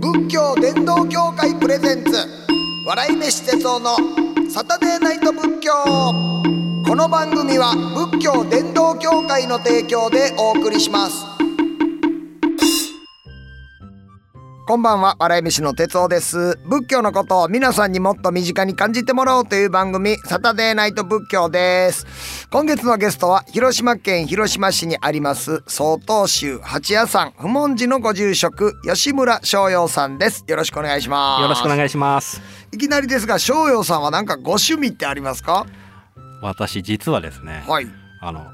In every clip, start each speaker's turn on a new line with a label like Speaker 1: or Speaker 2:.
Speaker 1: 道伝道協会プレゼンツ笑い飯哲夫のサタデーナイト仏教この番組は仏教伝道協会の提供でお送りしますこんばんは笑い飯の哲夫です仏教のことを皆さんにもっと身近に感じてもらおうという番組サタデーナイト仏教です今月のゲストは広島県広島市にあります曹洞宗八谷山不問寺のご住職吉村翔陽さんですよろしくお願いします
Speaker 2: よろしくお願いします。
Speaker 1: いきなりですが翔陽さんはなんかご趣味ってありますか
Speaker 2: 私実はですね、
Speaker 1: はい
Speaker 2: あの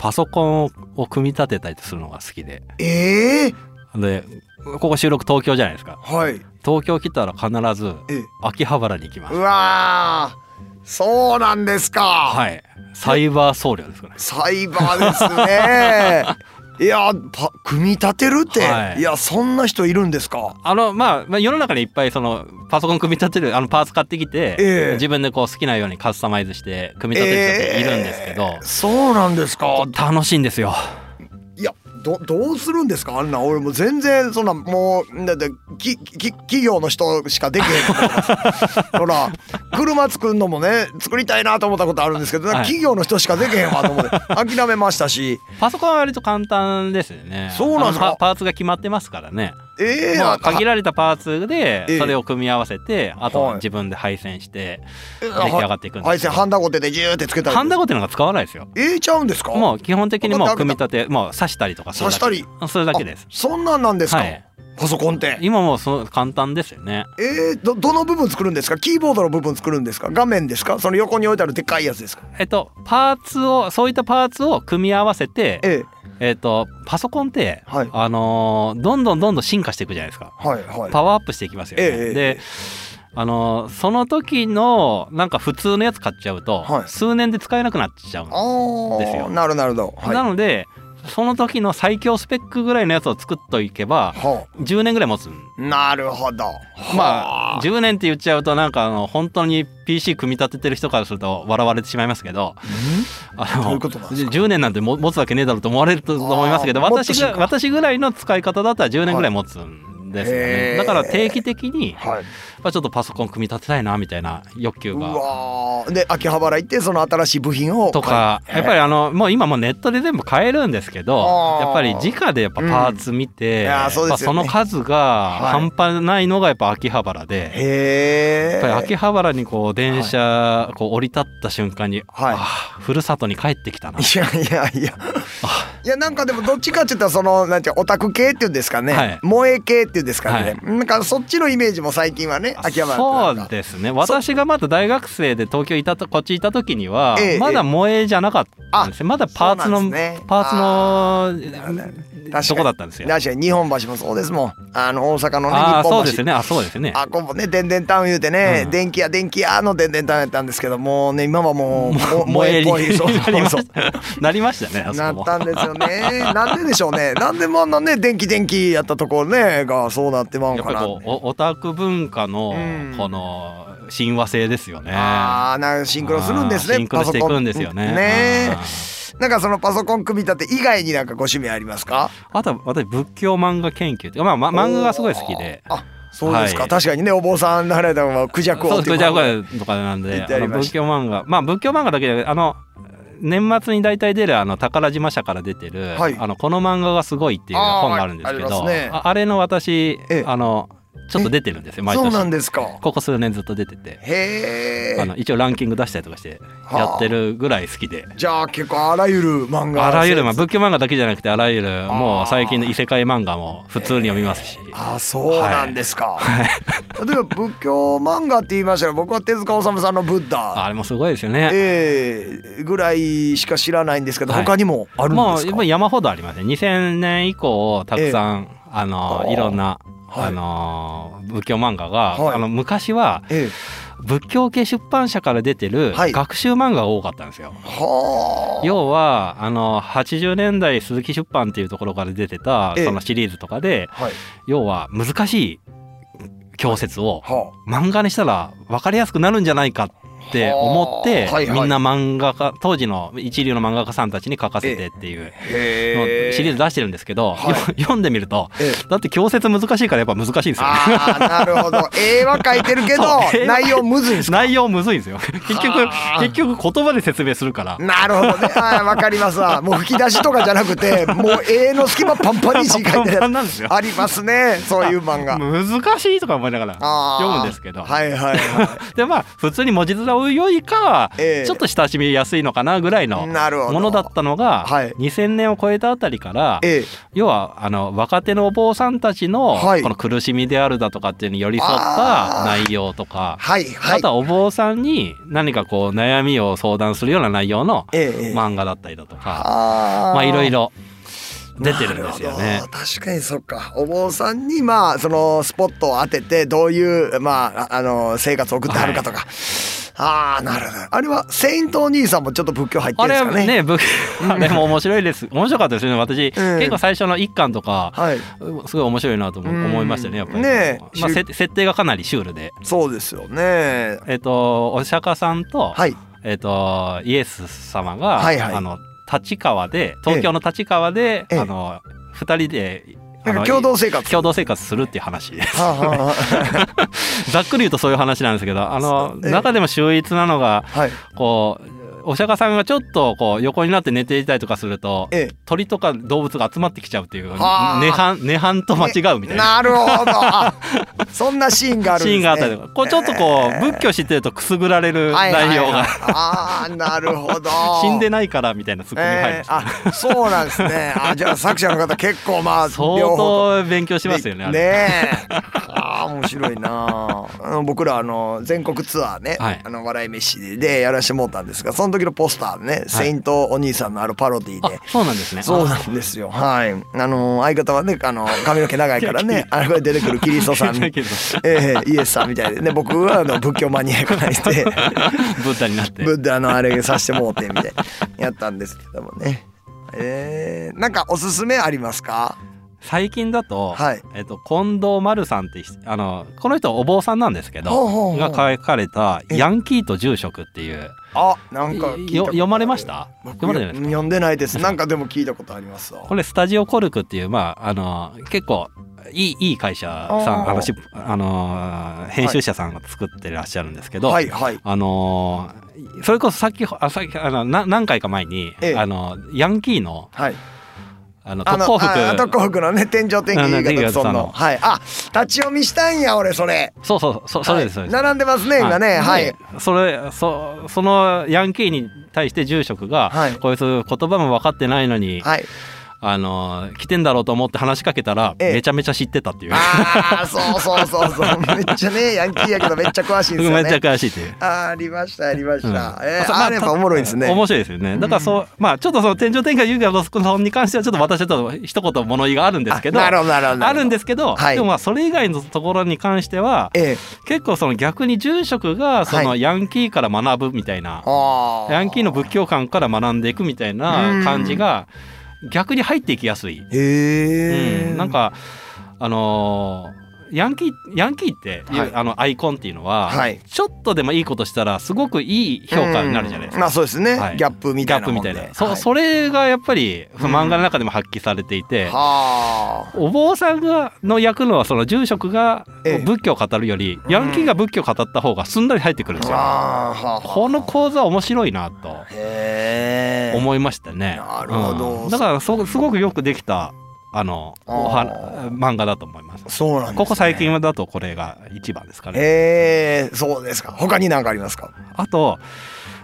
Speaker 2: パソコンを組み立てたりするのが好きで、
Speaker 1: ええ
Speaker 2: でここ収録東京じゃないですか。
Speaker 1: はい
Speaker 2: 東京来たら必ず
Speaker 1: え
Speaker 2: 秋葉原に行きます
Speaker 1: う。わーそうなんですかはい
Speaker 2: はい、サイバー僧侶ですかね。
Speaker 1: サイバー ですねいやパ組み立てるって、
Speaker 2: はい
Speaker 1: い、やそんな人いるんですか
Speaker 2: あのまあ、まあ世の中にいっぱいそのパソコン組み立てるあのパーツ買ってきて、
Speaker 1: ええ
Speaker 2: 自分でこう好きなようにカスタマイズして組み立てる人っているんですけど、
Speaker 1: えーそうなんですか
Speaker 2: 楽しいんですよ。
Speaker 1: いやどどうするんですかあんな俺もう全然そんなもうだってきき企業の人しかできへんと思います ほら車作るのもね作りたいなと思ったことあるんですけど、
Speaker 2: はい
Speaker 1: 企業の人しかできへんわと思って諦めましたし
Speaker 2: パソコンは割と簡単ですよね。
Speaker 1: そうなんですか
Speaker 2: あのパパーツが決まってますからね。
Speaker 1: ええ
Speaker 2: まあ、限られたパーツ
Speaker 1: ええ
Speaker 2: でそれを組み合わせて、あと
Speaker 1: はい
Speaker 2: は自分で配線して出来上がっていくんで
Speaker 1: 配
Speaker 2: すけ
Speaker 1: 線
Speaker 2: ど、
Speaker 1: ハンダゴテでジューってつけたり
Speaker 2: ハンダゴテなんか使わないですよ
Speaker 1: ええちゃうんですか
Speaker 2: もう基本的にもう組み立てもう刺したりとかするだけ
Speaker 1: 刺し
Speaker 2: それだけです
Speaker 1: あそんなんなんですか、
Speaker 2: はい
Speaker 1: パソコンって
Speaker 2: 今もうその簡単ですよね
Speaker 1: えー、どどの部分作るんですかキーボードの部分作るんですか画面ですかその横に置いてあるでっかいやつですか
Speaker 2: えっとパーツをそういったパーツを組み合わせてえ
Speaker 1: ええ
Speaker 2: っとパソコンって、
Speaker 1: はい
Speaker 2: あのーどんどんどんどん進化していくじゃないですか
Speaker 1: はいはい
Speaker 2: パワーアップしていきますよね、
Speaker 1: ええええ
Speaker 2: であのーその時のなんか普通のやつ買っちゃうと、
Speaker 1: はい
Speaker 2: 数年で使えなくなっちゃうんですよ
Speaker 1: あ
Speaker 2: ですよ
Speaker 1: あなるなるほどはい
Speaker 2: なのでその時の最強スペックぐらいのやつを作っといけば
Speaker 1: は
Speaker 2: 10年ぐらい持つん
Speaker 1: あなるほど
Speaker 2: まあ
Speaker 1: は
Speaker 2: 10年って言っちゃうとなんかあの本当に PC 組み立ててる人からすると笑われてしまいますけどあ
Speaker 1: どうい
Speaker 2: の
Speaker 1: うことなんですか
Speaker 2: 10年なんても持つわけねえだろうと思われると思いますけど
Speaker 1: あーもっと
Speaker 2: 私
Speaker 1: 進化
Speaker 2: が私ぐらいの使い方だったら10年ぐらい持つんですよ
Speaker 1: はいへー
Speaker 2: ねだから定期的に
Speaker 1: はい
Speaker 2: まあちょっとパソコン組み立てたいなみたいな欲求
Speaker 1: う
Speaker 2: が。
Speaker 1: わーで秋葉原行ってその新しい部品を
Speaker 2: とか
Speaker 1: 買い
Speaker 2: やっぱりあのもう今もうネットで全部買えるんですけど
Speaker 1: あー
Speaker 2: やっぱり直でやっぱパーツ見
Speaker 1: うんい
Speaker 2: て
Speaker 1: やーそう
Speaker 2: や
Speaker 1: で
Speaker 2: っぱ
Speaker 1: すよ
Speaker 2: そ
Speaker 1: ね
Speaker 2: の数が
Speaker 1: はい
Speaker 2: 半端ないのがやっぱ秋葉原で
Speaker 1: へえ
Speaker 2: やっぱり秋葉原にこう電車こう降り立った瞬間に
Speaker 1: はい
Speaker 2: ああふるさとに帰ってきたない
Speaker 1: やいやいやいやなんかでもどっちかって言ったらそのなんていうのオタク系っていうんですかね、
Speaker 2: はい
Speaker 1: 萌え系っていうんですかね、
Speaker 2: は
Speaker 1: なんかそっちのイメージも最近はね秋葉原ってな
Speaker 2: そ
Speaker 1: ん
Speaker 2: う
Speaker 1: か
Speaker 2: ですね私がまだ大学生で東京いたとこっちいた時には
Speaker 1: ええ
Speaker 2: まだ萌えじゃなかったんですねまだパーツ
Speaker 1: そうなん
Speaker 2: の
Speaker 1: ですね
Speaker 2: パーツ
Speaker 1: あーなるほど確か
Speaker 2: の
Speaker 1: に
Speaker 2: とこだったんですよ。
Speaker 1: 確かに日本橋もそうですもんあの大阪のね
Speaker 2: ああ
Speaker 1: 日
Speaker 2: そ
Speaker 1: 本
Speaker 2: う
Speaker 1: 橋
Speaker 2: ですねあそうですね。
Speaker 1: あここね電電タウン言うてね、
Speaker 2: うん
Speaker 1: 電気屋電気屋の電電タウンやったんですけどもうね今はもうもう
Speaker 2: 萌えに
Speaker 1: 萌えっぽいそう
Speaker 2: なりま
Speaker 1: そう
Speaker 2: し
Speaker 1: そ
Speaker 2: たなりましたねあ
Speaker 1: う
Speaker 2: そ
Speaker 1: な
Speaker 2: こ
Speaker 1: っ
Speaker 2: も
Speaker 1: たんですよねなんででしょうねなんでもあんなね電気電気やったところねがそうなってまうん
Speaker 2: やっ
Speaker 1: か
Speaker 2: ぱり
Speaker 1: な
Speaker 2: こうおオタク文化の
Speaker 1: うん
Speaker 2: この親和性ですよね。
Speaker 1: ああなんかシンクロするんですね
Speaker 2: シンクロしていくんですよ
Speaker 1: パソコ
Speaker 2: ね。
Speaker 1: ンね
Speaker 2: あ
Speaker 1: え
Speaker 2: ー
Speaker 1: なんかそのパソコン組み立て以外になんかご趣味ありますか
Speaker 2: あとは私仏教漫画研究っていうかまあま漫画がすごい好きで。
Speaker 1: あそうですか、
Speaker 2: はい
Speaker 1: 確かにねお坊さんなられたのはクジャク
Speaker 2: そ
Speaker 1: を
Speaker 2: う、そうじゃあこれとかなんで、
Speaker 1: 言ってあ
Speaker 2: あ
Speaker 1: り
Speaker 2: の
Speaker 1: ま
Speaker 2: 仏
Speaker 1: した
Speaker 2: 教漫画、まあ仏教漫画だけじゃなくてあの年末に大体出るあの宝島社から出てる、
Speaker 1: はい
Speaker 2: あのこの漫画がすごいっていう本があるんですけ
Speaker 1: あーはいあ
Speaker 2: ど、
Speaker 1: りますね
Speaker 2: ああれの私
Speaker 1: ええ
Speaker 2: あのちょっと出てるんですよ毎
Speaker 1: そうなん
Speaker 2: 年。
Speaker 1: ですか
Speaker 2: ここ数年ずっと出てて。
Speaker 1: へ
Speaker 2: あ
Speaker 1: え
Speaker 2: の一応ランキング出したりとかしてやってるぐらい好きで。
Speaker 1: じゃあ結構あらゆる漫画
Speaker 2: あらゆる、まあ、仏教漫画だけじゃなくてあらゆるもう最近の異世界漫画も普通に読みますし、
Speaker 1: あそうなんですか、例えば仏教漫画って言いましたら僕は手塚治虫さんの「ブッ
Speaker 2: あ
Speaker 1: ダ
Speaker 2: あれもすごいですよね。」
Speaker 1: ええぐらいしか知らないんですけど、
Speaker 2: はい
Speaker 1: 他にもあるんで
Speaker 2: もう
Speaker 1: す
Speaker 2: やっ
Speaker 1: か、
Speaker 2: ぱり山ほどありますね2000年以降たくさん、あ
Speaker 1: あ
Speaker 2: の
Speaker 1: ー
Speaker 2: いろんな、
Speaker 1: はい
Speaker 2: あの仏教漫画が、
Speaker 1: はい
Speaker 2: あの昔は
Speaker 1: ええ
Speaker 2: 仏教系出版社から出てる
Speaker 1: はい
Speaker 2: 学習漫画が多かったんですよ。
Speaker 1: はあ
Speaker 2: 要はあの80年代鈴木出版っていうところから出てた
Speaker 1: ええ
Speaker 2: そのシリーズとかで
Speaker 1: はい
Speaker 2: 要は難しい教説を
Speaker 1: は
Speaker 2: 漫画にしたら分かりやすくなるんじゃないかっ
Speaker 1: あ
Speaker 2: って思って、
Speaker 1: はあはいはい
Speaker 2: みんな漫画家当時の一流の漫画家さんたちに書かせてっていう
Speaker 1: へ
Speaker 2: のシリーズ
Speaker 1: だ。
Speaker 2: 出してるんですけど、
Speaker 1: はい
Speaker 2: よ読んでみると
Speaker 1: ええ
Speaker 2: だって強説難しいからやっぱ難しいんですよね。
Speaker 1: ああ、なる ほど。絵は書いてるけど
Speaker 2: そう、絵は
Speaker 1: 内容むずいんですか。
Speaker 2: 内容むずいんですよ結局
Speaker 1: はあ
Speaker 2: 結局言葉で説明するから
Speaker 1: なるほどね。はい、わかりますわ。もう吹き出しとかじゃなくて、もう絵の隙間パンパンに 字書いてる
Speaker 2: パンパンなんですよ
Speaker 1: ありますね。そういう漫画。
Speaker 2: 難しいとか思いながら
Speaker 1: あー
Speaker 2: 読むんですけど、
Speaker 1: はいはいは
Speaker 2: でまあ普通に文字面をよりかは
Speaker 1: ええ
Speaker 2: ちょっと親しみやすいのかなぐらいの
Speaker 1: い。なるほど。
Speaker 2: ものだったのが、
Speaker 1: はい
Speaker 2: 2000年を超えたあたりから、
Speaker 1: ええ。
Speaker 2: 要はあの若手のお坊さんたちの
Speaker 1: はい
Speaker 2: この苦しみであるだとかっていうのに寄り添っ
Speaker 1: あ
Speaker 2: た
Speaker 1: ー
Speaker 2: 内容とか、
Speaker 1: はいはい。
Speaker 2: あとはお坊さんに何かこう悩みを相談するような内容の
Speaker 1: ええええ
Speaker 2: 漫画だったりだとか、
Speaker 1: あー
Speaker 2: まあいろいろ出てるんですよ
Speaker 1: な
Speaker 2: ね
Speaker 1: るほ。ど確かにそっか。お坊さんにまあそのスポットを当ててどういうまあああの生活を送ってはるかとか。ああなるほど。あれはセイントお兄さんもちょっと仏教入って
Speaker 2: あ
Speaker 1: るんですかね。
Speaker 2: れね、僕 あれも面白いです。面白かったですよね。私、結構最初の一巻とか、
Speaker 1: はい。
Speaker 2: すごい面白いなと思
Speaker 1: うん
Speaker 2: 思いましたね。やっぱり。
Speaker 1: ねえ
Speaker 2: まあ、
Speaker 1: シュ
Speaker 2: せ設定がかなりシュールで、
Speaker 1: そうですよね。
Speaker 2: えっ、とお釈迦さんと、
Speaker 1: はい。
Speaker 2: えっ、とイエス様が、
Speaker 1: はいはい
Speaker 2: あの立川で、東京の立川で、
Speaker 1: ええ
Speaker 2: あの二人で。あ
Speaker 1: なん
Speaker 2: の
Speaker 1: か共同生活。
Speaker 2: 共同生活するっていう話 です
Speaker 1: はあはあ
Speaker 2: ざっくり言うとそういう話なんですけどあの
Speaker 1: ええ
Speaker 2: 中でも秀逸なのが
Speaker 1: はい。
Speaker 2: こうお釈迦さんがちょっとこう横になって寝ていたりとかすると
Speaker 1: ええ
Speaker 2: 鳥とか動物が集まってきちゃうっていう涅
Speaker 1: あー
Speaker 2: 槃涅槃と間違うみたいな。
Speaker 1: なるほど。あそんなシーンがあるん
Speaker 2: シ
Speaker 1: ですね。
Speaker 2: ーンがあったりとかこうちょっとこう仏教知ってるとくすぐられる内容が
Speaker 1: ああーなるほど
Speaker 2: 死んでないからみたいなツッコミが入るん
Speaker 1: え
Speaker 2: で
Speaker 1: ー
Speaker 2: すよ
Speaker 1: あそうなんですねあじゃあ作者の方結構まあ
Speaker 2: 相
Speaker 1: 両方
Speaker 2: 当勉強しますよねあれ
Speaker 1: えあー面白いなあの僕らあの全国ツアーね、
Speaker 2: はい
Speaker 1: あの笑い飯でやらしてもらったんですがその時のポスターね、セイントお兄さんのあるパロディ
Speaker 2: あ
Speaker 1: で
Speaker 2: そうなんですね
Speaker 1: そうなんですよ。はい。あの相方はね、あの髪の毛長いから ね、あれが出てくるキリストさん、
Speaker 2: 出
Speaker 1: え
Speaker 2: てくる
Speaker 1: えイエスさんみたいでね、僕はあの仏教マニアからして、
Speaker 2: あブッダになって
Speaker 1: ブッダのあれさしてもうてみたいなやったんですけどもね。えー、なんかおすすめありますか？
Speaker 2: 最近だと,、
Speaker 1: はい
Speaker 2: えっと近藤丸さんって人あのこの人お坊さんなんですけ
Speaker 1: ほう
Speaker 2: ど
Speaker 1: ほうほう
Speaker 2: が書かれた「
Speaker 1: え
Speaker 2: ヤンキーと住職」っていう
Speaker 1: あ、なんか聞いたことある
Speaker 2: よ読まれました
Speaker 1: 僕
Speaker 2: 読まれてないですか
Speaker 1: 読んでない です。なんかでも聞いたことありますわ。
Speaker 2: これスタジオコルクっていうまああの結構いいいい会社さ
Speaker 1: あ
Speaker 2: ん
Speaker 1: ー
Speaker 2: あのしあの編集者さんが作ってらっしゃるんですけど、
Speaker 1: はいはい。
Speaker 2: あのそれこそさっきあさっきあのな何回か前に、
Speaker 1: ええ
Speaker 2: あのヤンキーの
Speaker 1: はい、
Speaker 2: あの
Speaker 1: あ
Speaker 2: 特
Speaker 1: の
Speaker 2: 攻
Speaker 1: あ特
Speaker 2: 服
Speaker 1: 攻服のね天井天気
Speaker 2: あの
Speaker 1: が
Speaker 2: 天気が
Speaker 1: その
Speaker 2: の
Speaker 1: はいあ立ち読みしたんや俺それ
Speaker 2: そうそうそうそうですそうです、
Speaker 1: はい並んでますね今ねはい
Speaker 2: でそれそそのヤンキーに対して住職が、
Speaker 1: はい
Speaker 2: こいつ言葉も分かってないのに、
Speaker 1: はい
Speaker 2: あの来てんだろうと思って話しかけたら、
Speaker 1: ええ
Speaker 2: めちゃめちゃ知ってたっていう、
Speaker 1: ああそうそうそうそう めっちゃねヤンキーやけどめっちゃ詳しいんですよ
Speaker 2: めちゃ
Speaker 1: ね
Speaker 2: 詳しいっていう。
Speaker 1: あーありましたありました、
Speaker 2: うん
Speaker 1: えー
Speaker 2: そうま
Speaker 1: あれやっぱおもろいですね
Speaker 2: 面白いですよね。だからそう、まあちょっとその天井天下優雅のそこに関してはちょっと私はちょっと一言物言いがあるんですけど、
Speaker 1: あなるほどなるほどな
Speaker 2: あるんですけど、
Speaker 1: はい
Speaker 2: でもまあそれ以外のところに関しては、
Speaker 1: ええ
Speaker 2: 結構その逆に住職がそ
Speaker 1: は
Speaker 2: のヤンキーから学ぶみたいな、
Speaker 1: あー
Speaker 2: ヤンキーの仏教観から学んでいくみたいな感じが逆に入っていきやすい。
Speaker 1: へえ、
Speaker 2: うん、なんかあのーヤンキーヤンキーっていう、
Speaker 1: はい
Speaker 2: あのアイコンっていうのは、
Speaker 1: はい
Speaker 2: ちょっとでもいいことしたらすごくいい評価になるじゃないです
Speaker 1: うんま
Speaker 2: か。
Speaker 1: あそうですね、
Speaker 2: はい
Speaker 1: ギャップみたいな
Speaker 2: ギャップ
Speaker 1: も
Speaker 2: み
Speaker 1: ん
Speaker 2: た
Speaker 1: で
Speaker 2: いな、そ
Speaker 1: はい
Speaker 2: それがやっぱりその漫画の中でも発揮されていて、
Speaker 1: は
Speaker 2: お坊さんがの役のはその住職が
Speaker 1: ええ
Speaker 2: 仏教を語るより、ヤンキーが仏教を語った方がすんなり入ってくるんです
Speaker 1: ー
Speaker 2: よ。
Speaker 1: あーはあ
Speaker 2: この講座面白いなと
Speaker 1: へえ
Speaker 2: 思いましたね。
Speaker 1: なるほど
Speaker 2: うんだからそすごくよくできたあのおは
Speaker 1: あー
Speaker 2: 漫画だと思います。
Speaker 1: そうなんです、ね、
Speaker 2: ここ最近はだとこれが一番ですかね。
Speaker 1: ええそうですか他に何かありますか
Speaker 2: あと、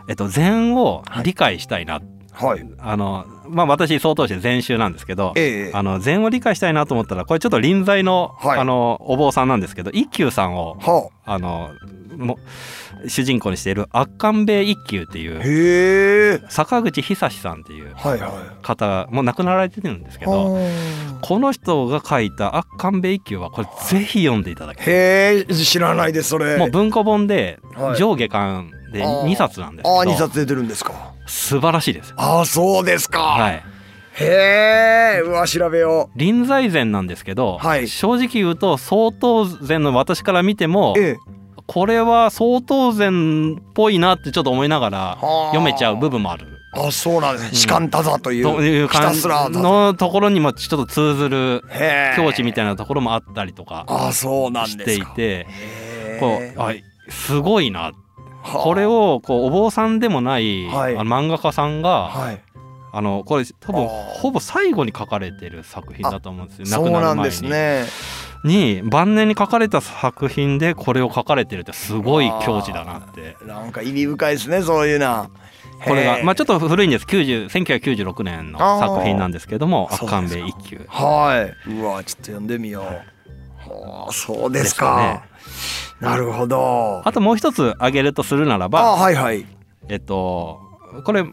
Speaker 2: えっと、禅を理解したいな、
Speaker 1: はい
Speaker 2: あのまあ私総統して禅宗なんですけど、
Speaker 1: ええ
Speaker 2: あの禅を理解したいなと思ったらこれちょっと臨済の,、
Speaker 1: はい
Speaker 2: あのお坊さんなんですけど一休さんを
Speaker 1: は
Speaker 2: あのも主人公にしている悪寒兵衛一休ってい
Speaker 1: あ
Speaker 2: う
Speaker 1: へえ
Speaker 2: 坂口久志さんっていう
Speaker 1: はいは
Speaker 2: 方もう亡くなられてるんですけ
Speaker 1: い
Speaker 2: ど。
Speaker 1: はあ
Speaker 2: この人が書いた「悪寒兵衛一休」はこれぜひ読んでいただきたい
Speaker 1: へえ知らないですそれ
Speaker 2: もう文庫本で
Speaker 1: はい
Speaker 2: 上下巻で
Speaker 1: あー
Speaker 2: 2冊なんですけ
Speaker 1: ああ二
Speaker 2: ど
Speaker 1: 冊出てるんですか
Speaker 2: 素晴らしいです。
Speaker 1: ああそうですか、
Speaker 2: はい、
Speaker 1: へえうわ調べよ
Speaker 2: 臨済禅なんですけど、
Speaker 1: はい
Speaker 2: 正直言うと相当禅の私から見ても
Speaker 1: うええ
Speaker 2: これは相当然っぽいなってちょっと思いながら
Speaker 1: はあ
Speaker 2: 読めちゃう部分もある
Speaker 1: あそうなんですね。士官多座とい
Speaker 2: という
Speaker 1: うひた
Speaker 2: 感じ
Speaker 1: すら多座。
Speaker 2: のところにもちょっと通ずる
Speaker 1: へえ
Speaker 2: 境地みたいなところもあったりとか
Speaker 1: あそうなん
Speaker 2: し
Speaker 1: で
Speaker 2: て
Speaker 1: す
Speaker 2: い
Speaker 1: か。
Speaker 2: て
Speaker 1: へえ
Speaker 2: こうあすごいな
Speaker 1: はあ
Speaker 2: これをこうお坊さんでもない、
Speaker 1: はい
Speaker 2: あの漫画家さんが、
Speaker 1: はい。
Speaker 2: あのこれ多分
Speaker 1: あー
Speaker 2: ほぼ最後に書かれてる作品だと思うんですよ
Speaker 1: そうなんですね。
Speaker 2: に晩年に書かれた作品でこれを書かれてるってすごい境地だなって
Speaker 1: なんか意味深いですねそういうな。
Speaker 2: これ
Speaker 1: へ
Speaker 2: が
Speaker 1: え
Speaker 2: まあちょっと古いんです90 1996年の
Speaker 1: あー
Speaker 2: 作品なんですけども「
Speaker 1: そ
Speaker 2: 悪
Speaker 1: うですか
Speaker 2: 官兵衛一休」
Speaker 1: はい。うわちょっと読んでみよう。はあそうですか。なるほど。
Speaker 2: あともう一つ挙げるとするなら
Speaker 1: あ
Speaker 2: ば
Speaker 1: はいはい。
Speaker 2: えっとこれ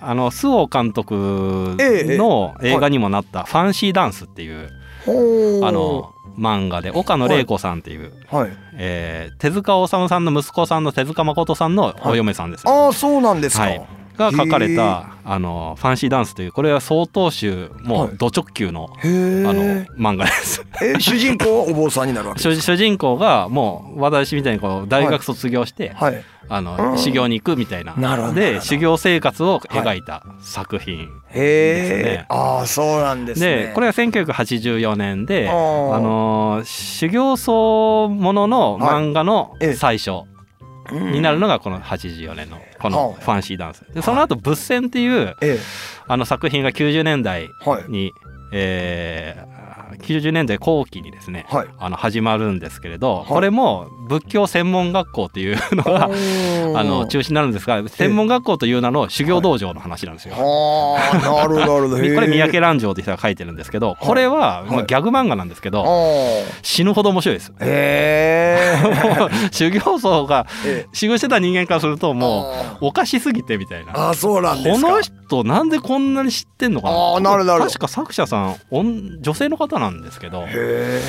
Speaker 2: あの周防監督
Speaker 1: ええ
Speaker 2: の映画にもなった「ファンシーダンス」っていう
Speaker 1: ほう
Speaker 2: あの漫画で岡野玲子さんっていう
Speaker 1: はい。
Speaker 2: えー手塚治虫さんの息子さんの手塚誠さんのお嫁さんですね、
Speaker 1: ああそうなんですか。
Speaker 2: はい
Speaker 1: へ
Speaker 2: が書かれ
Speaker 1: へ
Speaker 2: た「あのファンシーダンス」というこれは曹洞宗も
Speaker 1: はいう
Speaker 2: ド直球の,、
Speaker 1: え。
Speaker 2: あの漫画です
Speaker 1: え主人公はお坊さんにな るわけ。
Speaker 2: 主主人公がもう私みたいにこう大学卒業して、
Speaker 1: はい。
Speaker 2: あ
Speaker 1: う
Speaker 2: の
Speaker 1: ん
Speaker 2: 修行に行くみたいな
Speaker 1: なるほどなる
Speaker 2: で
Speaker 1: ほど
Speaker 2: 修行生活を描いた作品、
Speaker 1: へえ、
Speaker 2: ですね
Speaker 1: ああそうなんですね。
Speaker 2: でこれは1984年で
Speaker 1: あ
Speaker 2: あ
Speaker 1: ー
Speaker 2: の修行僧ものの漫画の
Speaker 1: はいええ
Speaker 2: 最初、
Speaker 1: うん
Speaker 2: になるのがこの84年のこの
Speaker 1: はあ
Speaker 2: 「ファンシーダンス」でその後「仏戦」っていう
Speaker 1: え
Speaker 2: あの作品が90年代
Speaker 1: え、はい
Speaker 2: に、えー90年代後期にですね
Speaker 1: はい。
Speaker 2: あの始まるんですけれど
Speaker 1: い
Speaker 2: これも仏教専門学校っていうのがあ
Speaker 1: あ
Speaker 2: の中心になるんですが専門学校という名の修行道場の話なんですよ。
Speaker 1: はあなるほどなるほど。
Speaker 2: こ
Speaker 1: へえ
Speaker 2: れ三宅蘭城って人が書いてるんですけどこれは
Speaker 1: はい
Speaker 2: まあギャグ漫画なんですけど
Speaker 1: あ
Speaker 2: 死ぬほど面白いです。
Speaker 1: あへえ。
Speaker 2: もう 修行僧が
Speaker 1: ええ
Speaker 2: 修行してた人間からすると も
Speaker 1: あ
Speaker 2: うおかしすぎてみたいな
Speaker 1: あああそうなんで
Speaker 2: こ
Speaker 1: すか。
Speaker 2: の人なんでこんなに知ってんのかな
Speaker 1: あーなるほどなるほど
Speaker 2: 確か作者さん女女性の方なんですけど
Speaker 1: へ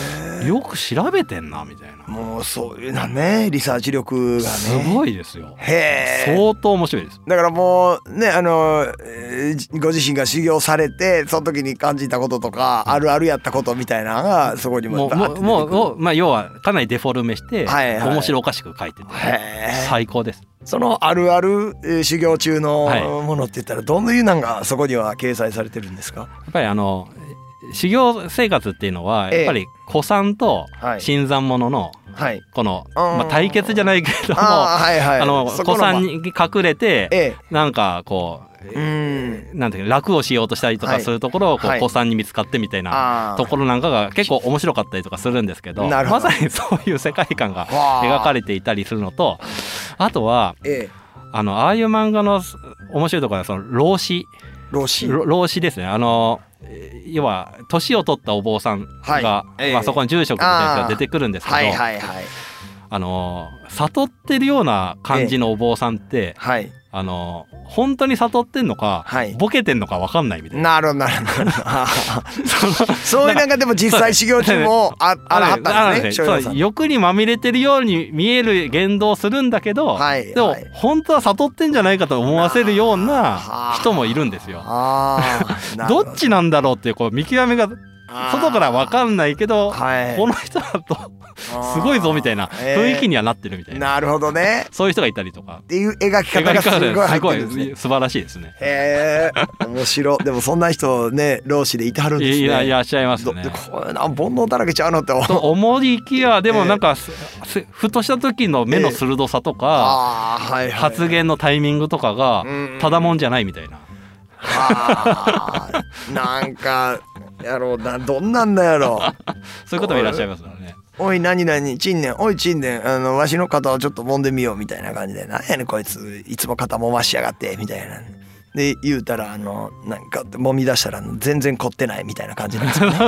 Speaker 1: え。
Speaker 2: よく調べてんなみたいな、
Speaker 1: もうそういうなねリサーチ力がね。
Speaker 2: すごいですよ
Speaker 1: へえ。
Speaker 2: 相当面白いです
Speaker 1: だからもうねあのえーじご自身が修行されてその時に感じたこととかあるあるやったことみたいなのがそこに
Speaker 2: も
Speaker 1: も
Speaker 2: う
Speaker 1: バー
Speaker 2: も
Speaker 1: ッて出
Speaker 2: う
Speaker 1: てくる
Speaker 2: もうもうまあ要はかなりデフォルメして、
Speaker 1: はいはい
Speaker 2: 面白おかしく書いてて
Speaker 1: へえ
Speaker 2: 最高です
Speaker 1: そのあるあるえー修行中
Speaker 2: はい
Speaker 1: のものって言ったらどのいうなんがそこには掲載されてるんですか
Speaker 2: やっぱりあの修行生活っていうのは
Speaker 1: ええ
Speaker 2: やっぱり古参と
Speaker 1: はい
Speaker 2: 新参者の
Speaker 1: はい
Speaker 2: この、
Speaker 1: あー
Speaker 2: まあ、対決じゃないけれども
Speaker 1: あ
Speaker 2: あ
Speaker 1: あはいはい
Speaker 2: の
Speaker 1: そこ
Speaker 2: 古
Speaker 1: ま
Speaker 2: 参に隠れて
Speaker 1: え
Speaker 2: なんかこ
Speaker 1: え
Speaker 2: う
Speaker 1: うん
Speaker 2: なんていうか楽をしようとしたりと
Speaker 1: は
Speaker 2: か
Speaker 1: い
Speaker 2: するところをこう
Speaker 1: はい
Speaker 2: 子さんに見つかってみたいな
Speaker 1: ああ
Speaker 2: ところなんかが結構面白かったりとかするんですけど
Speaker 1: なるほ
Speaker 2: ま
Speaker 1: ど
Speaker 2: さに そういう世界観が
Speaker 1: わあ
Speaker 2: 描かれていたりするのとあとは
Speaker 1: ええ
Speaker 2: あのああいう漫画の面白いところはその老子
Speaker 1: 老子
Speaker 2: ろ老子ですねあのえー要は年を取ったお坊さんが、
Speaker 1: はいええ
Speaker 2: まあ、そこに住職みたいな人が出てくるんですけど
Speaker 1: はいはいはい
Speaker 2: あの悟ってるような感じのお坊さんって、
Speaker 1: はい
Speaker 2: あの本当に悟ってんのか、
Speaker 1: はい
Speaker 2: ボケてんのか分かんないみたいな。
Speaker 1: なるほどなるほど そういうなんかでも実際修行中もあ あらはったんですね翔
Speaker 2: そう
Speaker 1: 平さん
Speaker 2: 欲にまみれてるように見える言動をするんだけど、
Speaker 1: はい
Speaker 2: でも
Speaker 1: はい
Speaker 2: 本当は悟ってんじゃないかと思わせるよう
Speaker 1: は
Speaker 2: な
Speaker 1: あ
Speaker 2: 人もいるんですよ。
Speaker 1: ああなるほ
Speaker 2: どっちなんだろうっていうこう見極めが外から分かんないけど、
Speaker 1: はい
Speaker 2: この人だとすごいぞみたいな雰囲気
Speaker 1: に
Speaker 2: にはなってるみたいな、
Speaker 1: なるほどねっ
Speaker 2: そういう人がいたりとか。
Speaker 1: ていう描き方
Speaker 2: 描
Speaker 1: が
Speaker 2: き
Speaker 1: す
Speaker 2: 方
Speaker 1: ごい入
Speaker 2: が
Speaker 1: っ
Speaker 2: す
Speaker 1: て
Speaker 2: ごい
Speaker 1: るんですね
Speaker 2: 素晴らしいですね。
Speaker 1: へえ面白いでもそんな人ね老子でいてはるんですね
Speaker 2: いいらいらっしゃいます
Speaker 1: ど
Speaker 2: ね。
Speaker 1: これな煩悩だらけちゃうのって思う
Speaker 2: と思いきやでもなんか、すすふとした時の目の鋭さとか、
Speaker 1: ああはいはい
Speaker 2: 発言のタイミングとかが
Speaker 1: うん
Speaker 2: ただもんじゃないみたいな。
Speaker 1: あーなんかやろうなどんなんだやろう
Speaker 2: そういう方もいらっしゃいますからね。
Speaker 1: おい何々ちんねんおいちんねんあのわしの肩をちょっと揉んでみようみたいな感じで「なんやねんこいついつも肩揉ましやがって」みたいな。で言うたらあのなんか揉み出したら全然凝ってないみたいな感じなんです よね。あ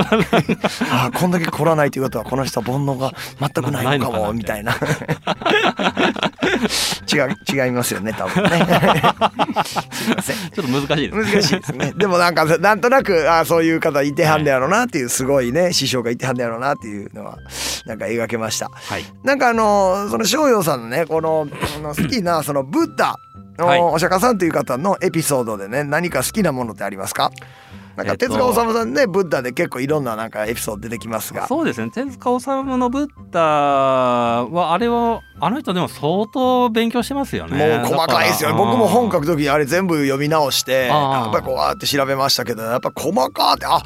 Speaker 1: ーこんだけ凝らないということはこの人は煩悩が全くないのかもみたい な。違う違いますよね多分 ね。すいません。
Speaker 2: ちょっと難しいです。
Speaker 1: 難しいですね。 でもなんかなんとなくあーそういう方いてはんねやろうなっていうすごいね師匠がいてはんねやろうなっていうのはなんか描けました。
Speaker 2: はい。
Speaker 1: なんかあのーその逍遥さんのねこのあの好きなそのブッダ
Speaker 2: はい
Speaker 1: のお釈迦さんという方のエピソードでね何か好きなものってありますか？なん
Speaker 2: え
Speaker 1: か
Speaker 2: っと
Speaker 1: 哲学治虫さんねブッダで結構いろんななんかエピソード出てきますが
Speaker 2: そうですね手塚治虫のブッダはあれはあの人でも相当勉強してますよ
Speaker 1: も
Speaker 2: ね
Speaker 1: う細かいですよ
Speaker 2: だ
Speaker 1: ね
Speaker 2: ら
Speaker 1: 僕も本書く時にあれ全部読み直して
Speaker 2: あ
Speaker 1: や
Speaker 2: ー
Speaker 1: っぱりこうあーって調べましたけどやっぱ細かーってあ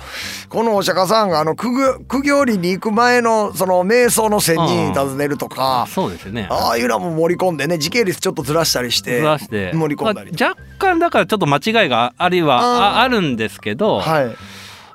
Speaker 1: このお釈迦さんがあの苦行苦行に行く前のその瞑想の仙人に尋ねると
Speaker 2: あ
Speaker 1: か
Speaker 2: そうですよね
Speaker 1: ああいうのも盛り込んでね時系列ちょっとずらしたりして
Speaker 2: ずらして
Speaker 1: 盛り込んだり
Speaker 2: まあ若干だからちょっと間違いがあるいは
Speaker 1: あー
Speaker 2: ああるんですけど、
Speaker 1: はい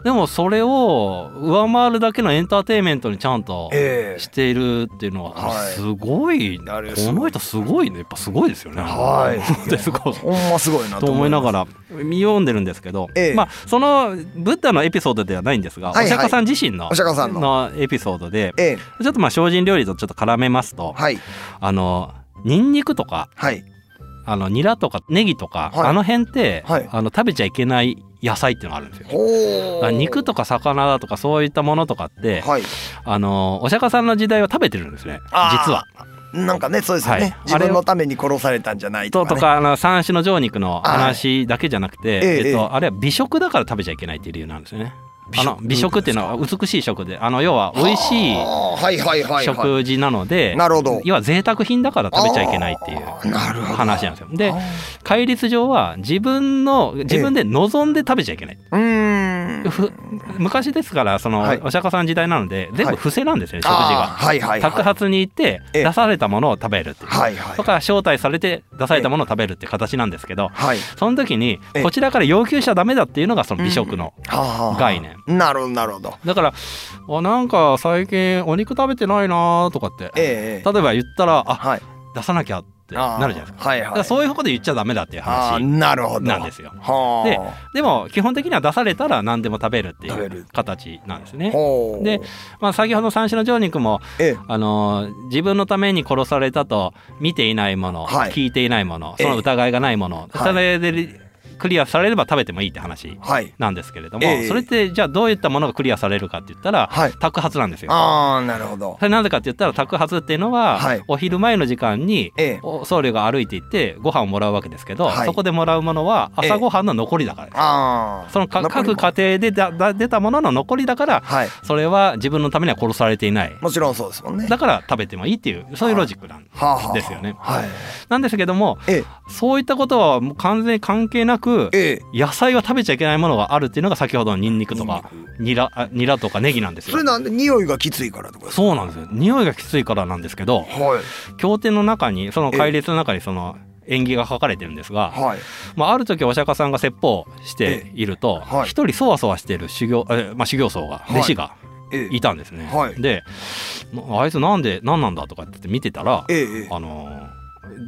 Speaker 2: でもそれを上回るだけのエンターテインメントにちゃんと
Speaker 1: ええ
Speaker 2: しているっていうのは
Speaker 1: はい
Speaker 2: すごい、
Speaker 1: あれす
Speaker 2: こ
Speaker 1: ごい
Speaker 2: の人すごいねやっぱすごいですよね。
Speaker 1: はい
Speaker 2: ですごい
Speaker 1: ほんますごいな
Speaker 2: と思いなが
Speaker 1: ら
Speaker 2: ら見読んでるんですけど、
Speaker 1: ええ
Speaker 2: まあ、そのブッダのエピソードではないんですが、
Speaker 1: はいはい
Speaker 2: お釈迦さん自身の
Speaker 1: お釈迦さんの
Speaker 2: エピソードで
Speaker 1: ええ
Speaker 2: ちょっとまあ精進料理とちょっと絡めますと、
Speaker 1: はい
Speaker 2: あのニンニクとか
Speaker 1: はい
Speaker 2: あのニラとかネギとか、
Speaker 1: はい
Speaker 2: あの辺って、
Speaker 1: はい
Speaker 2: あの食べちゃいけない野菜っていうのがあるんですよ。
Speaker 1: ほ
Speaker 2: だから
Speaker 1: う
Speaker 2: 肉とか魚だとかそういったものとかって、
Speaker 1: はい
Speaker 2: あのお釈迦さんの時代は食べてるんですね
Speaker 1: あー
Speaker 2: 実は。
Speaker 1: なんかねそうですよね、
Speaker 2: はい
Speaker 1: 自
Speaker 2: あれ
Speaker 1: 分
Speaker 2: を
Speaker 1: のために殺されたんじゃない
Speaker 2: と
Speaker 1: とか、
Speaker 2: と
Speaker 1: ね、
Speaker 2: かあの三種の上肉の話だけじゃなくて、
Speaker 1: ええ
Speaker 2: えっ
Speaker 1: ええ
Speaker 2: と、あれは美食だから食べちゃいけないっていう理由なんですよね。
Speaker 1: 美
Speaker 2: あ
Speaker 1: 食
Speaker 2: の美食っていうのは美しい食であの要は美味しい
Speaker 1: あーはいはいはいはい
Speaker 2: 食事なので、
Speaker 1: なるほど
Speaker 2: 要は贅沢品だから食べちゃいけないっていう
Speaker 1: あーなるほど
Speaker 2: 話なんですよ。
Speaker 1: あ
Speaker 2: で戒律上は自分の自分で望んで食べちゃいけない、
Speaker 1: ーうーん
Speaker 2: ふ昔ですからその、
Speaker 1: はい
Speaker 2: お釈迦さん時代なので全
Speaker 1: はい
Speaker 2: 部不正なんですよね、食事
Speaker 1: あ
Speaker 2: が。
Speaker 1: ーはいはいはい
Speaker 2: 宅発に行って
Speaker 1: ええ
Speaker 2: 出されたものを食べるっていう、
Speaker 1: はいはい
Speaker 2: とか招待されて出されたものを食べるって形なんですけど、
Speaker 1: はい
Speaker 2: その時に
Speaker 1: ええ
Speaker 2: こちらから要求しちゃダメだっていうのがその美食の
Speaker 1: はあはあ
Speaker 2: 概念。
Speaker 1: なるほどなるほど
Speaker 2: だから「あなんか最近お肉食べてないな」とかって、
Speaker 1: ええええ
Speaker 2: 例えば言ったら「あ
Speaker 1: はい
Speaker 2: 出さなきゃ」ってなるじゃないですか。
Speaker 1: あーはい
Speaker 2: だ
Speaker 1: は
Speaker 2: から
Speaker 1: い
Speaker 2: そういうことで言っちゃダメだっていう
Speaker 1: あー
Speaker 2: 話
Speaker 1: なるほど
Speaker 2: なんですよ。
Speaker 1: はあ
Speaker 2: ででも基本的には出されたら何でも食べるって
Speaker 1: 食
Speaker 2: い
Speaker 1: べる
Speaker 2: う形なんですね。
Speaker 1: ほう
Speaker 2: でまあ、先ほど三種の上肉も、
Speaker 1: ええ
Speaker 2: あのー自分のために殺されたと見ていないもの、
Speaker 1: はい
Speaker 2: 聞いていないもの
Speaker 1: ええ
Speaker 2: その疑いがないもの、
Speaker 1: はい
Speaker 2: それでクリアされれば食べてもいいって話
Speaker 1: はい
Speaker 2: なんですけれども、
Speaker 1: ええ
Speaker 2: それってじゃあどういったものがクリアされるかって言ったら、
Speaker 1: はい
Speaker 2: 宅発なんですよ。
Speaker 1: ああなるほど
Speaker 2: それなぜかって言ったら宅発っていうのは、
Speaker 1: はい
Speaker 2: お昼前の時間に
Speaker 1: ええ
Speaker 2: お僧侶が歩いていってご飯をもらうわけですけど、
Speaker 1: はい
Speaker 2: そこでもらうものは
Speaker 1: ええ
Speaker 2: 朝ごはんの残りだからです。
Speaker 1: ああ
Speaker 2: そのか
Speaker 1: 残りも
Speaker 2: 各家庭でだだ出たものの残りだから
Speaker 1: はい
Speaker 2: それは自分のためには殺されていない
Speaker 1: もちろんそうですもんね
Speaker 2: だから食べてもいいっていうそういうロジックなん
Speaker 1: はあはあ
Speaker 2: ですよね
Speaker 1: はい
Speaker 2: なんですけども
Speaker 1: ええ
Speaker 2: そういったことはもう完全に関係なく
Speaker 1: ええ
Speaker 2: 野菜は食べちゃいけないものがあるっていうのが先ほどのニンニクとか
Speaker 1: ニンニ
Speaker 2: ニラあニラとかネギなんです
Speaker 1: そ
Speaker 2: よ
Speaker 1: れ。なんで匂いがきついからとかですか
Speaker 2: そうなんですよ匂いがきついからなんですけど
Speaker 1: はい
Speaker 2: 経典の中にその戒律の中にその縁起が書かれてるんですが、
Speaker 1: はい
Speaker 2: まあ、ある時お釈迦さんが説法していると
Speaker 1: ええはい
Speaker 2: 一人そわそわしている修行、えーまあ、修行僧が
Speaker 1: はい
Speaker 2: 弟子が
Speaker 1: ええ
Speaker 2: いたんですね。
Speaker 1: はい
Speaker 2: で「あいつなんで何なんだ?」とかって見てたら、
Speaker 1: ええええ
Speaker 2: あのー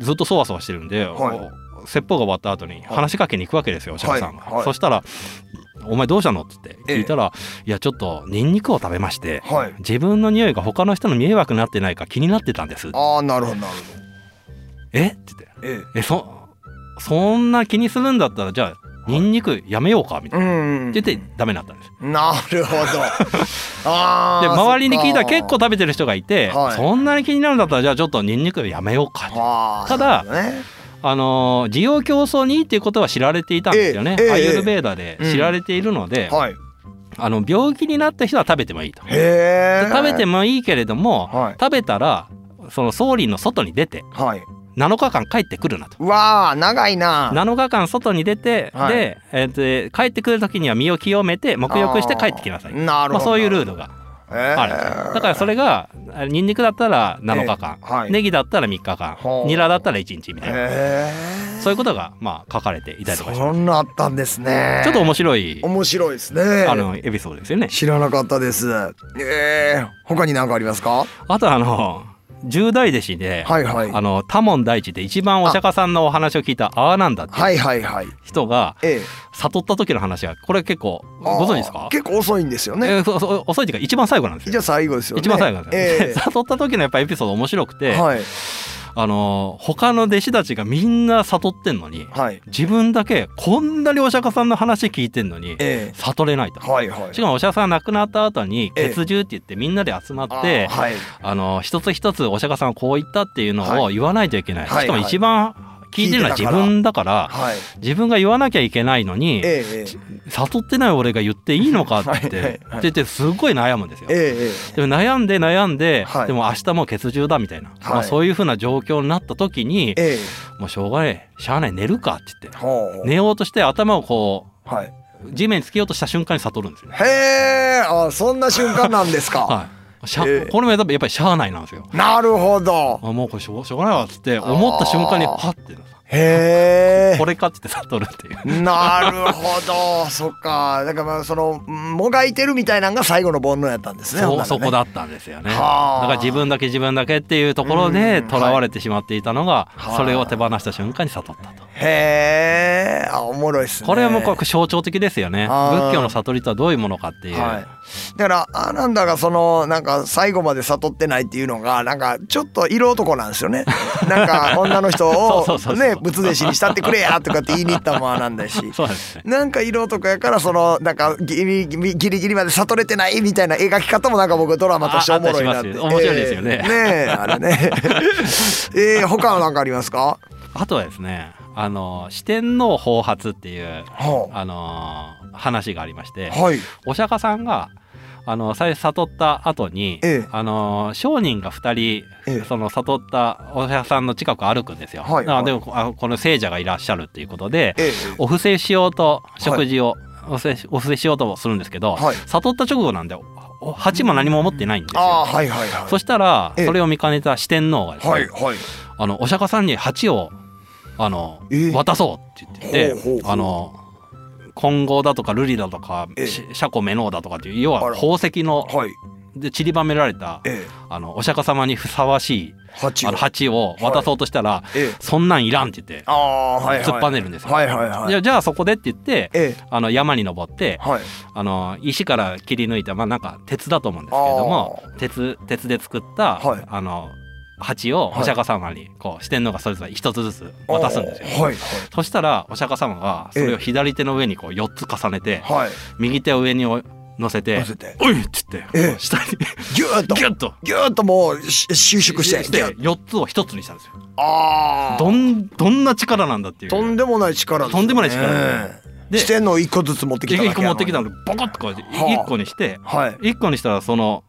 Speaker 2: ずっとそわそわしてるんで、
Speaker 1: はい
Speaker 2: お説法が終わった後に話しかけに行くわけですよお釈迦さんが。
Speaker 1: はいはい
Speaker 2: そしたら「お前どうしたの?」っつって聞いたら「いやちょっとニンニクを食べまして
Speaker 1: はい
Speaker 2: 自分の匂いが他の人の迷惑になってないか気になってたんです」
Speaker 1: ああなるほどなる
Speaker 2: えって言って
Speaker 1: ほどえ
Speaker 2: えそそんな気にするんだったらじゃあニンニクやめようかみた
Speaker 1: え
Speaker 2: いな、
Speaker 1: うん
Speaker 2: って言ってダメになったんです
Speaker 1: なるほど あ
Speaker 2: で
Speaker 1: あ
Speaker 2: 周りに聞いたら結構食べてる人がいて、
Speaker 1: はい
Speaker 2: そんなに気になるんだったらじゃあちょっとニンニクやめようかって
Speaker 1: あー
Speaker 2: ただ
Speaker 1: なるほどね
Speaker 2: あのー需要競争にいいっていうことは知られていたんですよね、
Speaker 1: ええええ
Speaker 2: アイルベーダで知られているので、
Speaker 1: はい
Speaker 2: あの病気になった人は食べてもいいと、
Speaker 1: へえ
Speaker 2: 食べてもいいけれども、
Speaker 1: はい
Speaker 2: 食べたらその総理の外に出て
Speaker 1: はい
Speaker 2: 7日間帰ってくるなと。
Speaker 1: うわあ長いな
Speaker 2: 7日間外に出て、
Speaker 1: はい
Speaker 2: で、えーと帰ってくる時には身を清めて沐浴して帰ってきなさい
Speaker 1: あーなるほど
Speaker 2: まあ、そういうルールがあるんですよ、だからそれがあニンニクだったら7日間、
Speaker 1: ええはい
Speaker 2: ネギだったら3日間
Speaker 1: ほう
Speaker 2: ニラだったら1日みたいな、
Speaker 1: へえ
Speaker 2: そういうことがまあ書かれていたりとかしま
Speaker 1: そんなあったんですね
Speaker 2: すちょっと面白い、
Speaker 1: 面白いですね
Speaker 2: あのエピソードですよね
Speaker 1: 知らなかったですええ他に何かありますか
Speaker 2: あとあの十代弟子で、
Speaker 1: はいはい
Speaker 2: あの多聞大地で一番お釈迦さんのお話を聞いたアーナンダっていう
Speaker 1: はいはいはい
Speaker 2: 人が
Speaker 1: ええ
Speaker 2: 悟った時の話がこれ結構
Speaker 1: あー
Speaker 2: ご存知ですか
Speaker 1: 結構遅いんですよね
Speaker 2: えーそうそう遅い時が一番最後なんですよ
Speaker 1: じゃあ最後ですよね
Speaker 2: 一番最後なんですよ、
Speaker 1: え
Speaker 2: 悟った時のやっぱエピソード面白く
Speaker 1: え
Speaker 2: て、
Speaker 1: はい
Speaker 2: あのー他の弟子たちがみんな悟ってんのに
Speaker 1: はい
Speaker 2: 自分だけこんなにお釈迦さんの話聞いてんのに
Speaker 1: え
Speaker 2: 悟れないと
Speaker 1: え。はいはい
Speaker 2: しかもお釈迦さん亡くなった後に
Speaker 1: ええ
Speaker 2: 血獣って言ってみんなで集まっ
Speaker 1: あ
Speaker 2: て
Speaker 1: ーはい
Speaker 2: あのー一つ一つお釈迦さんはこう言ったっていうのを
Speaker 1: は
Speaker 2: 言わないといけない、
Speaker 1: はい
Speaker 2: しかも一番聞いてるのは
Speaker 1: 聞いてた
Speaker 2: 自
Speaker 1: から
Speaker 2: 分だから
Speaker 1: はい。
Speaker 2: 自分が言わなきゃいけないのに
Speaker 1: ええ
Speaker 2: 悟ってない俺が言っていいのかって
Speaker 1: はいはいはい
Speaker 2: って言ってすごい悩むんですよ
Speaker 1: ええ。ええ
Speaker 2: でも悩んで悩んで、
Speaker 1: はい
Speaker 2: でも明日もう欠場だみたいな、まあ、そういうふうな状況になった時に、
Speaker 1: ええ
Speaker 2: もうしょうがねえしゃあない寝るかって言って
Speaker 1: ほう。
Speaker 2: 寝ようとして頭をこ
Speaker 1: はい。
Speaker 2: う地面につけようとした瞬間に悟るんですよね。
Speaker 1: へえ。あそんな瞬間なんですか。
Speaker 2: はい、しゃ
Speaker 1: ええ
Speaker 2: これもやっぱやっぱりしゃあないなんですよ。
Speaker 1: なるほど。
Speaker 2: あもうこれしょうしょうがないわっつって思った瞬間に
Speaker 1: あー
Speaker 2: パッて
Speaker 1: へえ
Speaker 2: こ。れかっつって悟るっていう。
Speaker 1: なるほど。 そっか。だからまあそのもがいてるみたいなのが最後の煩悩やったんですね。
Speaker 2: そ
Speaker 1: ほん
Speaker 2: う
Speaker 1: なら
Speaker 2: そ
Speaker 1: ね
Speaker 2: こだったんですよね。だ
Speaker 1: はあ
Speaker 2: から自分だけ自分だけっていうところ
Speaker 1: う
Speaker 2: で
Speaker 1: ん
Speaker 2: とらわれてしまっていたのが
Speaker 1: はい
Speaker 2: それを手放した瞬間に悟ったと。
Speaker 1: へえ。あおもろいっすね。
Speaker 2: これはもうこう象徴的ですよね。
Speaker 1: あー
Speaker 2: 仏教の悟りとはどういうものかっていう。
Speaker 1: はい、だからアーナンダがそのなんか最後まで悟ってないっていうのがなんかちょっと色男なんですよねなんか女の人を
Speaker 2: そうそうそうそう
Speaker 1: ね仏弟子にしたってくれやとかって言いに行ったもアーナンダやし
Speaker 2: そうですね。
Speaker 1: なんか色男やからそのなんかギリギリギリギリまで悟れてないみたいな描き方もなんか僕ドラマとしておもろいなって
Speaker 2: ああったりしますよ面白いですよね
Speaker 1: ええねえあれねえー、他は何かありますか
Speaker 2: あとはですね、あの四天王法発っていう
Speaker 1: は
Speaker 2: あの話がありまして
Speaker 1: あ、はい
Speaker 2: お釈迦さんがあの最初悟った後に、
Speaker 1: ええ
Speaker 2: あの商人が2人、
Speaker 1: ええ
Speaker 2: その悟ったお釈迦さんの近くを歩くんですよ。
Speaker 1: はい
Speaker 2: あでもあこの聖者がいらっしゃるっていうことで、
Speaker 1: ええ
Speaker 2: お布施しようと食事を、お布施お布施しようとするんですけど、
Speaker 1: はい
Speaker 2: 悟った直後なんでおお鉢も何も持ってないんですよ。
Speaker 1: ああはいはいはい
Speaker 2: そしたら、
Speaker 1: ええ
Speaker 2: それを見かねた四天王がですね、
Speaker 1: はいはい
Speaker 2: あのお釈迦さんに鉢をあの、
Speaker 1: ええ
Speaker 2: 渡そうって言ってて
Speaker 1: ほうほうほう
Speaker 2: あの金剛だとか瑠璃だとか
Speaker 1: ええ
Speaker 2: し車庫メノウだとかっていう要
Speaker 1: あ
Speaker 2: は
Speaker 1: ら
Speaker 2: 宝石の
Speaker 1: はい
Speaker 2: で散りばめられた
Speaker 1: ええ
Speaker 2: あのお釈迦様にふさわしい
Speaker 1: 八
Speaker 2: あの鉢を渡そうとしたら
Speaker 1: ええ
Speaker 2: 「そんなんいらん」って言って
Speaker 1: ああはいはい
Speaker 2: 突っぱねるんですよ。
Speaker 1: はいはいはい
Speaker 2: じゃあじゃあそこでって言って
Speaker 1: ええ
Speaker 2: あの山に登って
Speaker 1: はい
Speaker 2: あの石から切り抜いたまあなんか鉄だと思うんですけれども鉄鉄で作った、
Speaker 1: はい
Speaker 2: あの鉢をお釈迦様にこう四天王がそれぞれ一つずつ渡すんですよ。
Speaker 1: はい
Speaker 2: そしたらお釈迦様がそれを左手の上にこう4つ重ねて
Speaker 1: はいはい
Speaker 2: 右手を上に乗せて
Speaker 1: 乗せて
Speaker 2: 「おい!」っつって
Speaker 1: ええ
Speaker 2: こう下に
Speaker 1: ギューッと
Speaker 2: ギュッと
Speaker 1: ギューッともうし収縮してギュッ
Speaker 2: 4つを1つにしたんですよ。
Speaker 1: ああ
Speaker 2: どんどんな力なんだっていう。
Speaker 1: とんでもない力ですね
Speaker 2: とんでもない力
Speaker 1: ええ
Speaker 2: で
Speaker 1: 四天王一個ずつ持ってきただけ
Speaker 2: 1個持ってきた
Speaker 1: や
Speaker 2: のでボコッとこう
Speaker 1: はあ
Speaker 2: 1個にし
Speaker 1: の
Speaker 2: て
Speaker 1: にはい
Speaker 2: 1個にしたらその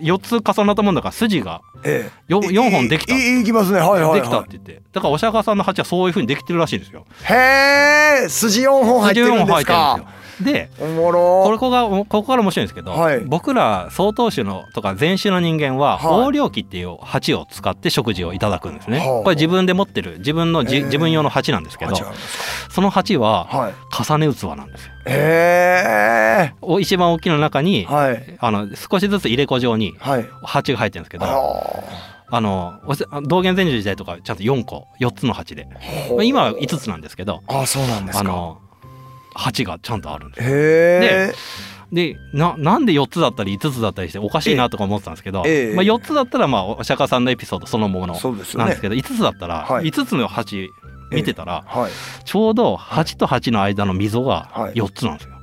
Speaker 2: 4つ重なったもんだから筋が
Speaker 1: え
Speaker 2: 4,
Speaker 1: え
Speaker 2: 四本できた
Speaker 1: いいいいきますねはいはい
Speaker 2: できたっ
Speaker 1: は
Speaker 2: て言ってだからお釈迦さんの鉢はそういうふうにできてるらしいんですよ。
Speaker 1: いへえ筋四本入ってるんです
Speaker 2: 四本入
Speaker 1: か
Speaker 2: ってるんですよ。で
Speaker 1: おも
Speaker 2: これ
Speaker 1: ろ
Speaker 2: ここがここから面白いんですけど、
Speaker 1: はい
Speaker 2: 僕ら総統主のとか禅宗の人間は
Speaker 1: はい
Speaker 2: 横領器っていう鉢を使って食事をいただくんですね、
Speaker 1: はあはあ
Speaker 2: これ自分で持ってる自分のじ、
Speaker 1: へえ
Speaker 2: 自分用の鉢なんですけど
Speaker 1: あ違うんですか
Speaker 2: その鉢は
Speaker 1: はい
Speaker 2: 重ね器なんですよ
Speaker 1: へえ
Speaker 2: お一番大きな中に、
Speaker 1: はい
Speaker 2: あの少しずつ入れ子状に
Speaker 1: はい
Speaker 2: 鉢が入ってるんですけどあ
Speaker 1: あ
Speaker 2: のおせ道元禅師時代とかちゃんと4個4つの鉢で、まあ、今は5つなんですけど
Speaker 1: ああそうなんです
Speaker 2: あ
Speaker 1: か
Speaker 2: の鉢がちゃんとあるんです
Speaker 1: へえ
Speaker 2: でななんで4つだったり5つだったりしておかしいなとか思ってたんですけど、
Speaker 1: ええ
Speaker 2: まあ、4つだったらまあお釈迦さんのエピソードそのものなん
Speaker 1: そうですよね
Speaker 2: ですけど5つだったら
Speaker 1: はい
Speaker 2: 5つの鉢見てたら
Speaker 1: はい
Speaker 2: ちょうど8と8の間の溝が
Speaker 1: はい
Speaker 2: 4つなんですよ。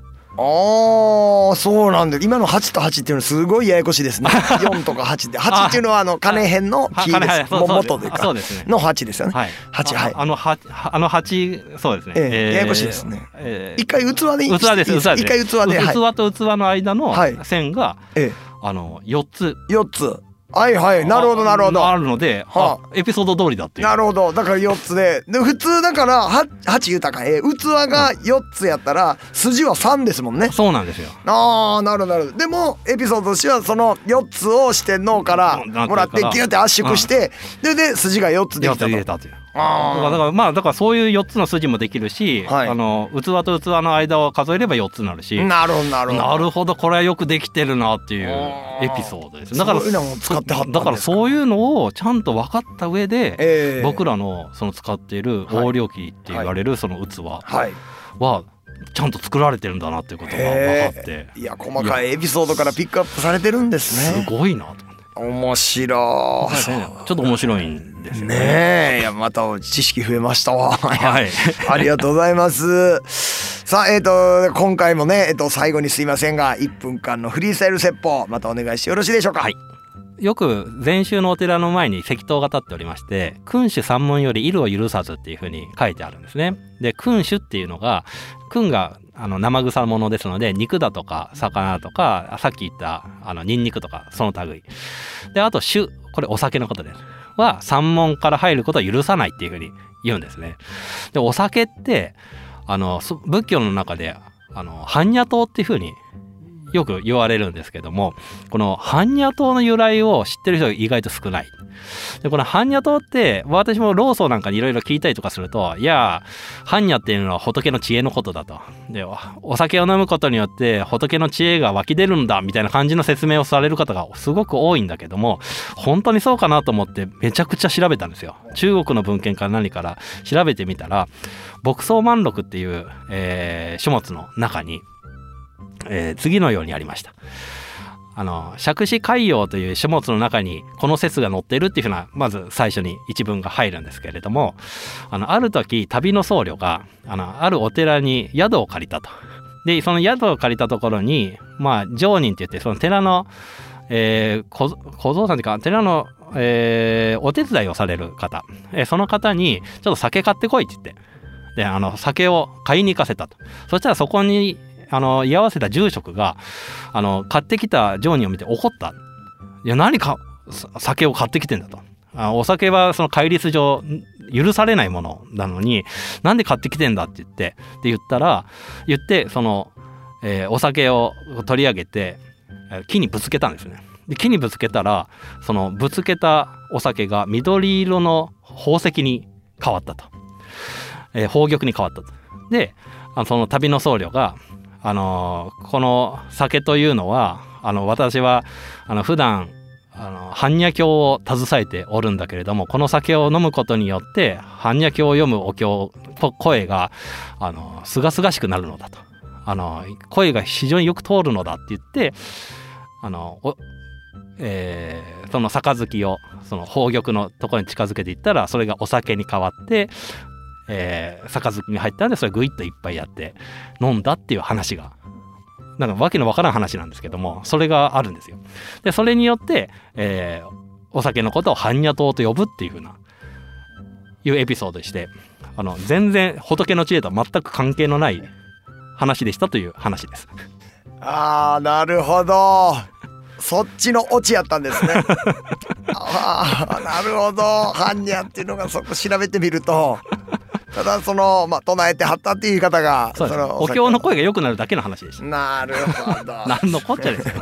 Speaker 1: ああそうなんだ今の8と8っていうのすごいややこしい ですね4とか8で8っていうのはあの金辺の
Speaker 2: は
Speaker 1: 木
Speaker 2: はいは
Speaker 1: で
Speaker 2: いはい
Speaker 1: す
Speaker 2: そう
Speaker 1: も
Speaker 2: そう
Speaker 1: 元という
Speaker 2: あそう
Speaker 1: か
Speaker 2: ですね。
Speaker 1: の8ですよね
Speaker 2: はい、
Speaker 1: 八
Speaker 2: あ
Speaker 1: はい
Speaker 2: ああの8あの8そうですね、
Speaker 1: ええややこしいですね
Speaker 2: ええ
Speaker 1: 一回器でいい
Speaker 2: 器です器です
Speaker 1: 一回器ではい
Speaker 2: 器と器の間の
Speaker 1: はい
Speaker 2: 線が、
Speaker 1: え
Speaker 2: あの4つ
Speaker 1: え4つはいはいなるほどなるほど
Speaker 2: あるので、
Speaker 1: は
Speaker 2: あ、エピソード通りだっていう
Speaker 1: なるほどだから4つでで普通だからは8豊かええ器が4つやったら筋は3ですもんね
Speaker 2: そうなんですよ。
Speaker 1: ああなるほどなるほどでもエピソードとしてはその4つを四天王からもらってギュって圧縮してでで筋が4つで
Speaker 2: やっ
Speaker 1: き
Speaker 2: と
Speaker 1: たと
Speaker 2: 入れたという。だからだ
Speaker 1: あ
Speaker 2: からまあだからそういう4つの筋もできるし、
Speaker 1: はい
Speaker 2: あの器と器の間を数えれば4つになるし
Speaker 1: あなるほどなるほど
Speaker 2: なるほどこれはよくできてるなっていう
Speaker 1: あー
Speaker 2: エピソードですだから
Speaker 1: そういうのも使ってはったんですか
Speaker 2: だからそういうのをちゃんと分かった上で、
Speaker 1: ええ
Speaker 2: 僕らのその使っている横領器って言われるその器
Speaker 1: はい
Speaker 2: はちゃんと作られてるんだなっていうことが
Speaker 1: へ
Speaker 2: 分かっ
Speaker 1: え
Speaker 2: て
Speaker 1: いや細かいエピソードからピックアップされてるんです
Speaker 2: す
Speaker 1: ね
Speaker 2: ごいなと思って
Speaker 1: 面白い
Speaker 2: ちょっと面白いんですよね。
Speaker 1: ねえいやまた知識増えましたわ
Speaker 2: はい
Speaker 1: ありがとうございます。さあ、えっ、と、今回もね、えっ、と、最後にすいませんが、1分間のフリースタイル説法、またお願いしてよろしいでしょうか。
Speaker 2: はいよく禅宗のお寺の前に石塔が立っておりまして君主三門より色を許さずっていうふうに書いてあるんですね。で君主っていうのが君があの生臭ものですので肉だとか魚とかさっき言ったあのニンニクとかその類であと酒これお酒のことですは三門から入ることは許さないっていうふうに言うんですね。でお酒ってあのそ仏教の中であの般若党っていうふうによく言われるんですけどもこの般若党の由来を知ってる人が意外と少ない。でこの般若党って私も老僧なんかにいろいろ聞いたりとかするといや般若っていうのは仏の知恵のことだとでおお酒を飲むことによって仏の知恵が湧き出るんだみたいな感じの説明をされる方がすごく多いんだけども本当にそうかなと思ってめちゃくちゃ調べたんですよ。中国の文献から何から調べてみたら「牧草満録」っていう、えー書物の中に「えー次のようにありました。あの釈子海洋という書物の中にこの説が載っているっていうふうなまず最初に一文が入るんですけれどもあのある時旅の僧侶があのあるお寺に宿を借りたと。でその宿を借りたところにまあ上人って言ってその寺の、えー小小僧さんというか寺の、えーお手伝いをされる方、えーその方にちょっと酒買ってこいって言ってであの酒を買いに行かせたとそしたらそこにあの居合わせた住職があの買ってきたジョーニーを見て怒った「いや何かさ酒を買ってきてんだ」と。あお酒はその戒律上許されないものなのになんで買ってきてんだって言ってって言ったら言ってその、えーお酒を取り上げてえー木にぶつけたんですね。で木にぶつけたらそのぶつけたお酒が緑色の宝石に変わったと、えー宝玉に変わったと。であのその旅の僧侶があのこの酒というのはあの私はあの普段あの般若経を携えておるんだけれどもこの酒を飲むことによって般若経を読むお経と声があの清々しくなるのだとあの声が非常によく通るのだって言ってあのおえーその杯をその宝玉のところに近づけていったらそれがお酒に変わって、えー杯に入ったんでそれグイッと一杯やって飲んだっていう話がなんかわけのわからん話なんですけどもそれがあるんですよ。でそれによって、えーお酒のことを般若糖と呼ぶっていうふうないうエピソードでしてあの全然仏の知恵とは全く関係のない話でしたという話です。
Speaker 1: あーなるほどそっちのオチやったんです ねああなるほど般若っていうのがそこ調べてみるとただそのまあ唱えてはったっていう言い方が
Speaker 2: そうです
Speaker 1: の
Speaker 2: お経の声が良くなるだけの話でした。
Speaker 1: なるほ ど
Speaker 2: 何のこっちゃですよ。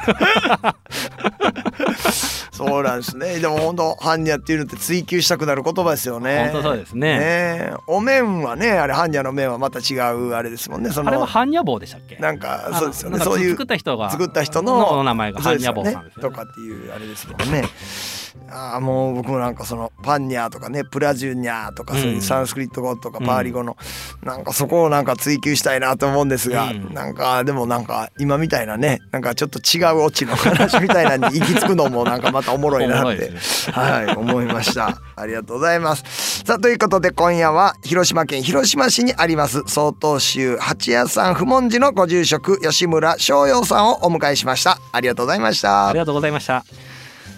Speaker 1: そうなんですねでも本当般若っていうのって追求したくなる言葉ですよね
Speaker 2: 本当そうですね。
Speaker 1: ねえお面はねあれ般若の面はまた違うあれですもんねその
Speaker 2: あれは般若坊でしたっけ？
Speaker 1: なんかそうですよね
Speaker 2: あの
Speaker 1: そういう
Speaker 2: 作った人が
Speaker 1: 作った人の
Speaker 2: お名前が
Speaker 1: そう
Speaker 2: 般
Speaker 1: ですよ
Speaker 2: 若坊さんですよ
Speaker 1: とかっていうあれですもんね。ああもう僕もなんかそのパンニャーとかねプラジュニャーとかそういううんサンスクリット語とかパーリ語の、なんかそこをなんか追求したいなと思うんですが、
Speaker 2: うん
Speaker 1: なんかでもなんか今みたいなねなんかちょっと違うオチの話みたいなのに行き着くのもなんかまたおもろいなっ
Speaker 2: おもろ
Speaker 1: て
Speaker 2: いで
Speaker 1: はい、思いました。ありがとうございます。さあ、ということで今夜は広島県広島市にあります曹洞宗八谷さん不問寺のご住職吉村翔陽さんをお迎えしました。ありがとうございました。
Speaker 2: ありがとうございました。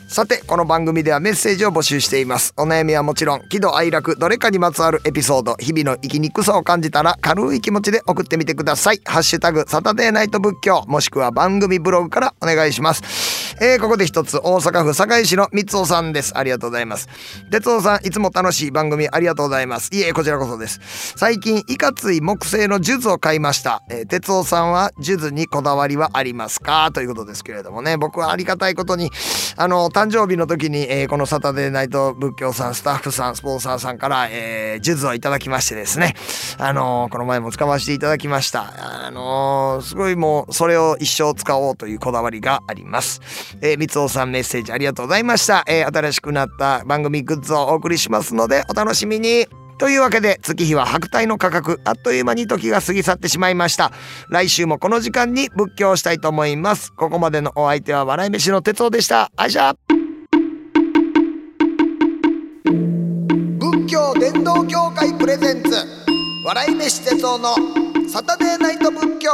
Speaker 1: さてこの番組ではメッセージを募集していますお悩みはもちろん喜怒哀楽どれかにまつわるエピソード日々の生きにくさを感じたら軽い気持ちで送ってみてくださいハッシュタグサタデーナイト仏教もしくは番組ブログからお願いしますえー、ここで一つ大阪府堺市の三尾さんですありがとうございます哲夫さんいつも楽しい番組ありがとうございますいえこちらこそです最近いかつい木製の数珠を買いました、えー、哲夫さんは数珠にこだわりはありますかということですけれどもね僕はありがたいことにあの誕生日の時に、えーこの「サタデーナイト仏教」さんスタッフさんスポンサーさんから、えー、術をいただきましてですねあのーこの前も使わせていただきましたあのーすごいもうそれを一生使おうというこだわりがあります、えー、三尾さんメッセージありがとうございました、えー新しくなった番組グッズをお送りしますのでお楽しみにというわけで月日は白帯の価格あっという間に時が過ぎ去ってしまいました来週もこの時間に仏教をしたいと思いますここまでのお相手は笑い飯の哲夫でしたあいしゃ仏教伝道協会プレゼンツ笑い飯哲夫のサタデーナイト仏教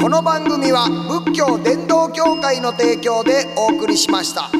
Speaker 1: この番組は仏教伝道協会の提供でお送りしました。